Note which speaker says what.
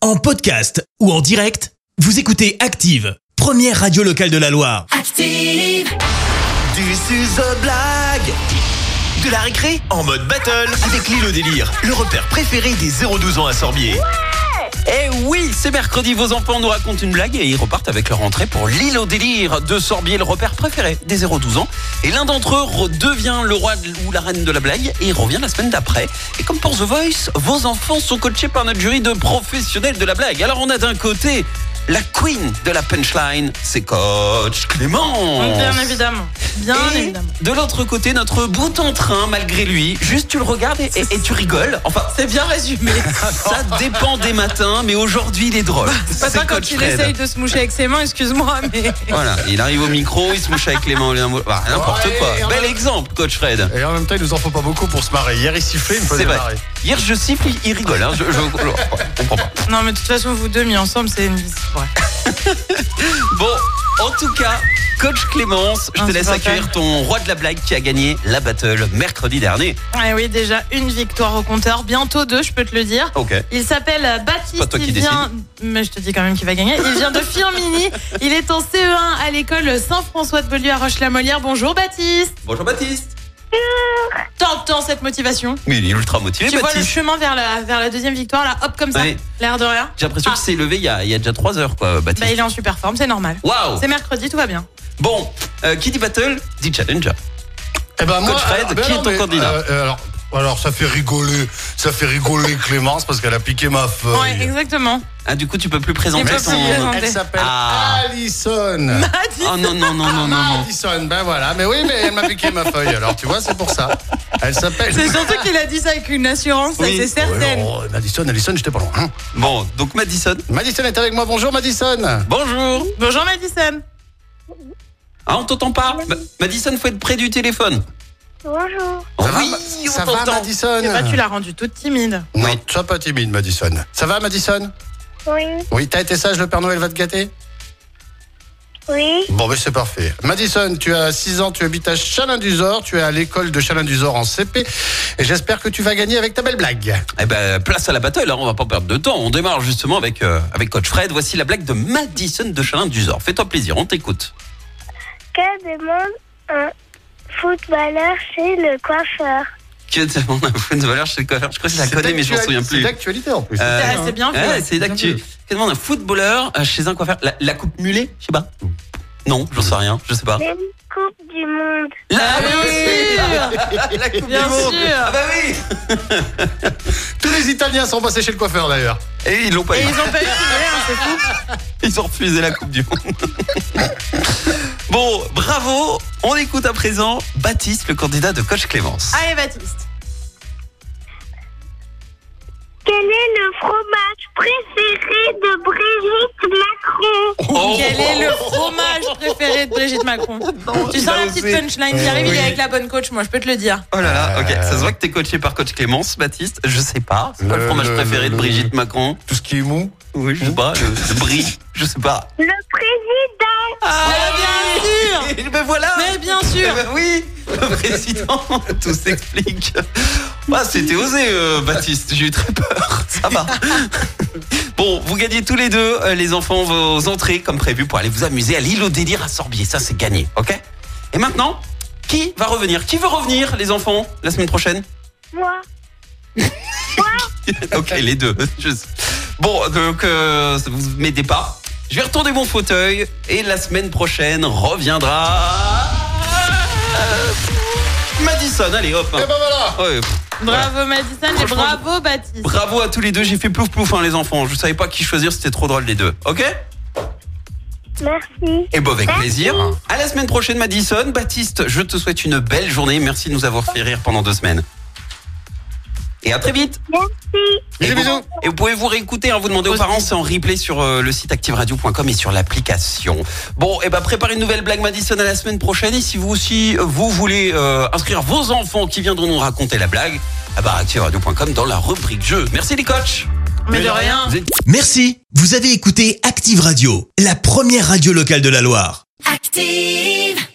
Speaker 1: En podcast ou en direct, vous écoutez Active, première radio locale de la Loire.
Speaker 2: Active,
Speaker 3: Du suzo blague De la récré en mode battle avec Lilo Délire, le repère préféré des 0-12 ans à Sorbier.
Speaker 4: Eh oui, c'est mercredi, vos enfants nous racontent une blague et ils repartent avec leur entrée pour l'île au délire de Sorbier, le repère préféré des 0-12 ans. Et l'un d'entre eux redevient le roi de- ou la reine de la blague et il revient la semaine d'après. Et comme pour The Voice, vos enfants sont coachés par notre jury de professionnels de la blague. Alors on a d'un côté la queen de la punchline, c'est coach Clément.
Speaker 5: Donc, Bien évidemment. Bien
Speaker 4: Et
Speaker 5: évidemment.
Speaker 4: de l'autre côté, notre bout en train, malgré lui, juste tu le regardes et, et- et tu rigoles. Enfin,
Speaker 5: C'est bien résumé.
Speaker 4: ça dépend des matins, mais aujourd'hui il est drôle.
Speaker 5: Pas ça quand
Speaker 4: Coach
Speaker 5: il
Speaker 4: Fred.
Speaker 5: essaye de se moucher avec ses mains, excuse-moi, mais.
Speaker 4: Voilà, il arrive au micro, il se mouche avec les mains, les mains- bah, n'importe
Speaker 6: Ouais, et
Speaker 4: quoi.
Speaker 6: en
Speaker 4: Bel
Speaker 6: même-
Speaker 4: exemple, coach Fred.
Speaker 6: Et en même temps, il nous en faut pas beaucoup pour se marrer. Hier, il sifflait, il me
Speaker 4: C'est
Speaker 6: faisait
Speaker 4: vrai.
Speaker 6: marrer.
Speaker 4: Hier, je siffle, il- il rigole. hein. Je, je- je comprends pas.
Speaker 5: Non, mais de toute façon, vous deux mis ensemble, c'est une vie. Ouais.
Speaker 4: Bon, en tout cas, coach Clémence, je
Speaker 5: Non,
Speaker 4: te
Speaker 5: Ah, c'est
Speaker 4: laisse
Speaker 5: pas
Speaker 4: accueillir ton roi de la blague qui a gagné la battle mercredi dernier.
Speaker 5: Ah oui, déjà une victoire au compteur, bientôt deux, je peux te le dire.
Speaker 4: Ok.
Speaker 5: Il s'appelle euh, Baptiste,
Speaker 4: pas toi qui
Speaker 5: il vient. Mais je te dis quand même qu'il va gagner. Il vient de Firmini, il est en CE1 à l'école Saint-François de Beaulieu à Roche-la-Molière. Bonjour Baptiste
Speaker 4: Bonjour Baptiste.
Speaker 5: T'entends cette motivation
Speaker 4: Mais il est ultra motivé,
Speaker 5: Tu vois le
Speaker 4: Baptiste.
Speaker 5: chemin vers la, vers la deuxième victoire, là, hop comme ça,
Speaker 4: Ouais.
Speaker 5: l'air de rien.
Speaker 4: J'ai l'impression
Speaker 5: Ah.
Speaker 4: qu'il s'est levé il y, a, il y a déjà 3 heures, quoi,
Speaker 5: Bah,
Speaker 4: Baptiste.
Speaker 5: il est en super forme, c'est normal.
Speaker 4: Waouh
Speaker 5: C'est mercredi, tout va bien.
Speaker 4: Bon, euh, qui dit battle dit challenger.
Speaker 6: Eh ben,
Speaker 4: Coach Fred,
Speaker 6: ah, ben
Speaker 4: qui est ton candidat
Speaker 6: euh, euh, alors, alors, ça fait rigoler. Ça fait rigoler Clémence parce qu'elle a piqué ma feuille.
Speaker 5: Ouais, exactement.
Speaker 4: Ah, du coup, tu peux plus
Speaker 5: Il
Speaker 4: présenter
Speaker 5: peut
Speaker 4: son.
Speaker 5: plus présenter.
Speaker 6: Elle s'appelle
Speaker 4: Ah.
Speaker 6: Alison. Ah,
Speaker 5: Ah,
Speaker 4: Oh non, non, non, non, non, non.
Speaker 6: Alison, ben voilà. Mais oui, mais elle m'a piqué ma feuille. Alors, tu vois, c'est pour ça. Elle s'appelle.
Speaker 5: C'est surtout qu'il a dit ça avec une assurance, ça,
Speaker 4: Oui.
Speaker 5: c'est certain.
Speaker 6: Oh, Madison, Alison, j'étais pas loin. hein.
Speaker 4: Bon, donc Madison,
Speaker 6: Madison est avec moi. Bonjour, Madison.
Speaker 4: bonjour.
Speaker 5: Bonjour Madison.
Speaker 4: Ah, on t'entend pas Ma- Madison, faut être près du téléphone.
Speaker 7: Bonjour.
Speaker 6: Ça va,
Speaker 4: oui,
Speaker 6: Ma-
Speaker 4: on
Speaker 6: ça va,
Speaker 4: t'entend.
Speaker 6: Madison
Speaker 5: Eh ben, tu l'as rendu toute timide.
Speaker 6: Non,
Speaker 4: Oui.
Speaker 6: sois pas timide, Madison. Ça va, Madison
Speaker 7: Oui.
Speaker 6: Oui, t'as été sage, le Père Noël va te gâter
Speaker 7: Oui.
Speaker 6: Bon, ben c'est parfait. Madison, tu as 6 ans, tu habites à Chalin-du-Zor, tu es à l'école de Chalin-du-Zor en CP, et j'espère que tu vas gagner avec ta belle blague.
Speaker 4: Eh ben, place à la battle, hein, on va pas perdre de temps. On démarre justement avec, euh, avec Coach Fred. Voici la blague de Madison de Chalin d'Uzor. Fais-toi plaisir, on t'écoute.
Speaker 7: Que demande un footballeur chez le coiffeur
Speaker 4: Que demande un fou de valeur chez le coiffeur Je crois que je la connais, mais je m'en
Speaker 6: d'actu-
Speaker 4: souviens
Speaker 6: C'est
Speaker 4: plus.
Speaker 6: d'actualité en plus.
Speaker 4: Euh,
Speaker 5: Ah, c'est bien fait.
Speaker 4: ouais, c'est d'actu. Que demande un footballeur euh, chez un coiffeur La, la coupe mulet Je sais pas. Non, j'en sais rien, je sais pas.
Speaker 7: Une Coupe du Monde.
Speaker 4: La,
Speaker 6: La coupe
Speaker 5: Ah, Bien
Speaker 6: du monde.
Speaker 4: Ah
Speaker 5: sûr.
Speaker 4: bah oui
Speaker 6: Tous les Italiens sont passés chez le coiffeur d'ailleurs.
Speaker 4: Et ils l'ont pas eu.
Speaker 5: Et ils ont pas eu de filet, hein, c'est fou.
Speaker 4: Ils ont refusé la Coupe du Monde. bon, bravo. On écoute à présent Baptiste, le candidat de Coach Clémence.
Speaker 5: Allez Baptiste.
Speaker 7: Quel est le fromage préféré de Brigitte Macron
Speaker 4: Oh.
Speaker 5: Quel est le fromage préféré de Brigitte Macron Tu
Speaker 6: Bah,
Speaker 5: sens la
Speaker 4: il a
Speaker 5: petite
Speaker 4: osé.
Speaker 5: punchline qui arrive, il est avec la bonne coach, moi je peux te le dire.
Speaker 4: Oh là là,
Speaker 6: Euh.
Speaker 4: ok. Ça se voit que t'es coaché par Coach Clémence, Baptiste. Je sais pas. C'est quoi le
Speaker 6: Le-
Speaker 4: fromage
Speaker 6: le-
Speaker 4: préféré de
Speaker 6: le-
Speaker 4: Brigitte Macron
Speaker 6: Tout ce qui est mou.
Speaker 4: Oui, je sais pas. Le, le brie, je sais pas.
Speaker 7: Le président.
Speaker 5: Ah, bien sûr
Speaker 4: Et ben voilà
Speaker 5: Mais bien sûr
Speaker 4: Eh ben oui Le président, tout s'explique. Ah, c'était osé, euh, Baptiste. J'ai eu très peur. Ça va. Bon, vous gagnez tous les deux, euh, les enfants, vos entrées comme prévu pour aller vous amuser à l'île au délire à Sorbier. Ça, c'est gagné, ok Et maintenant, qui va revenir Qui veut revenir, les enfants, la semaine prochaine
Speaker 7: Moi.
Speaker 4: Ok, les deux. Juste. Bon, donc, euh, vous m'aidez pas. Je vais retourner mon fauteuil et la semaine prochaine reviendra. euh, Madison, allez hop.
Speaker 6: Et ben voilà
Speaker 4: Ouais, pff,
Speaker 5: Bravo Madison
Speaker 4: Franchement,
Speaker 5: et
Speaker 4: je-
Speaker 5: bravo Baptiste.
Speaker 4: bravo à tous les deux, j'ai fait plouf plouf hein, les enfants. Je savais pas qui choisir, c'était trop drôle les deux. Ok
Speaker 7: Merci.
Speaker 4: Et bon avec plaisir. À la semaine prochaine Madison, Baptiste, je te souhaite une belle journée. Merci de nous avoir fait rire pendant deux semaines. Et à très vite.
Speaker 7: Merci.
Speaker 4: Et
Speaker 6: Bisous,
Speaker 4: vous-
Speaker 6: bisous
Speaker 4: Et vous pouvez vous réécouter, hein, vous demandez aux parents, c'est en replay sur euh, le site activeradio.com et sur l'application. Bon, et ben préparez une nouvelle blague Madison à la semaine prochaine. Et si vous aussi, euh, vous voulez euh, inscrire vos enfants qui viendront nous raconter la blague, ah bah, activeradio.com dans la rubrique jeu. Merci les coachs
Speaker 5: Mais de rien.
Speaker 4: Vous êtes-
Speaker 1: Merci, vous avez écouté Active Radio, la première radio locale de la Loire.
Speaker 2: active.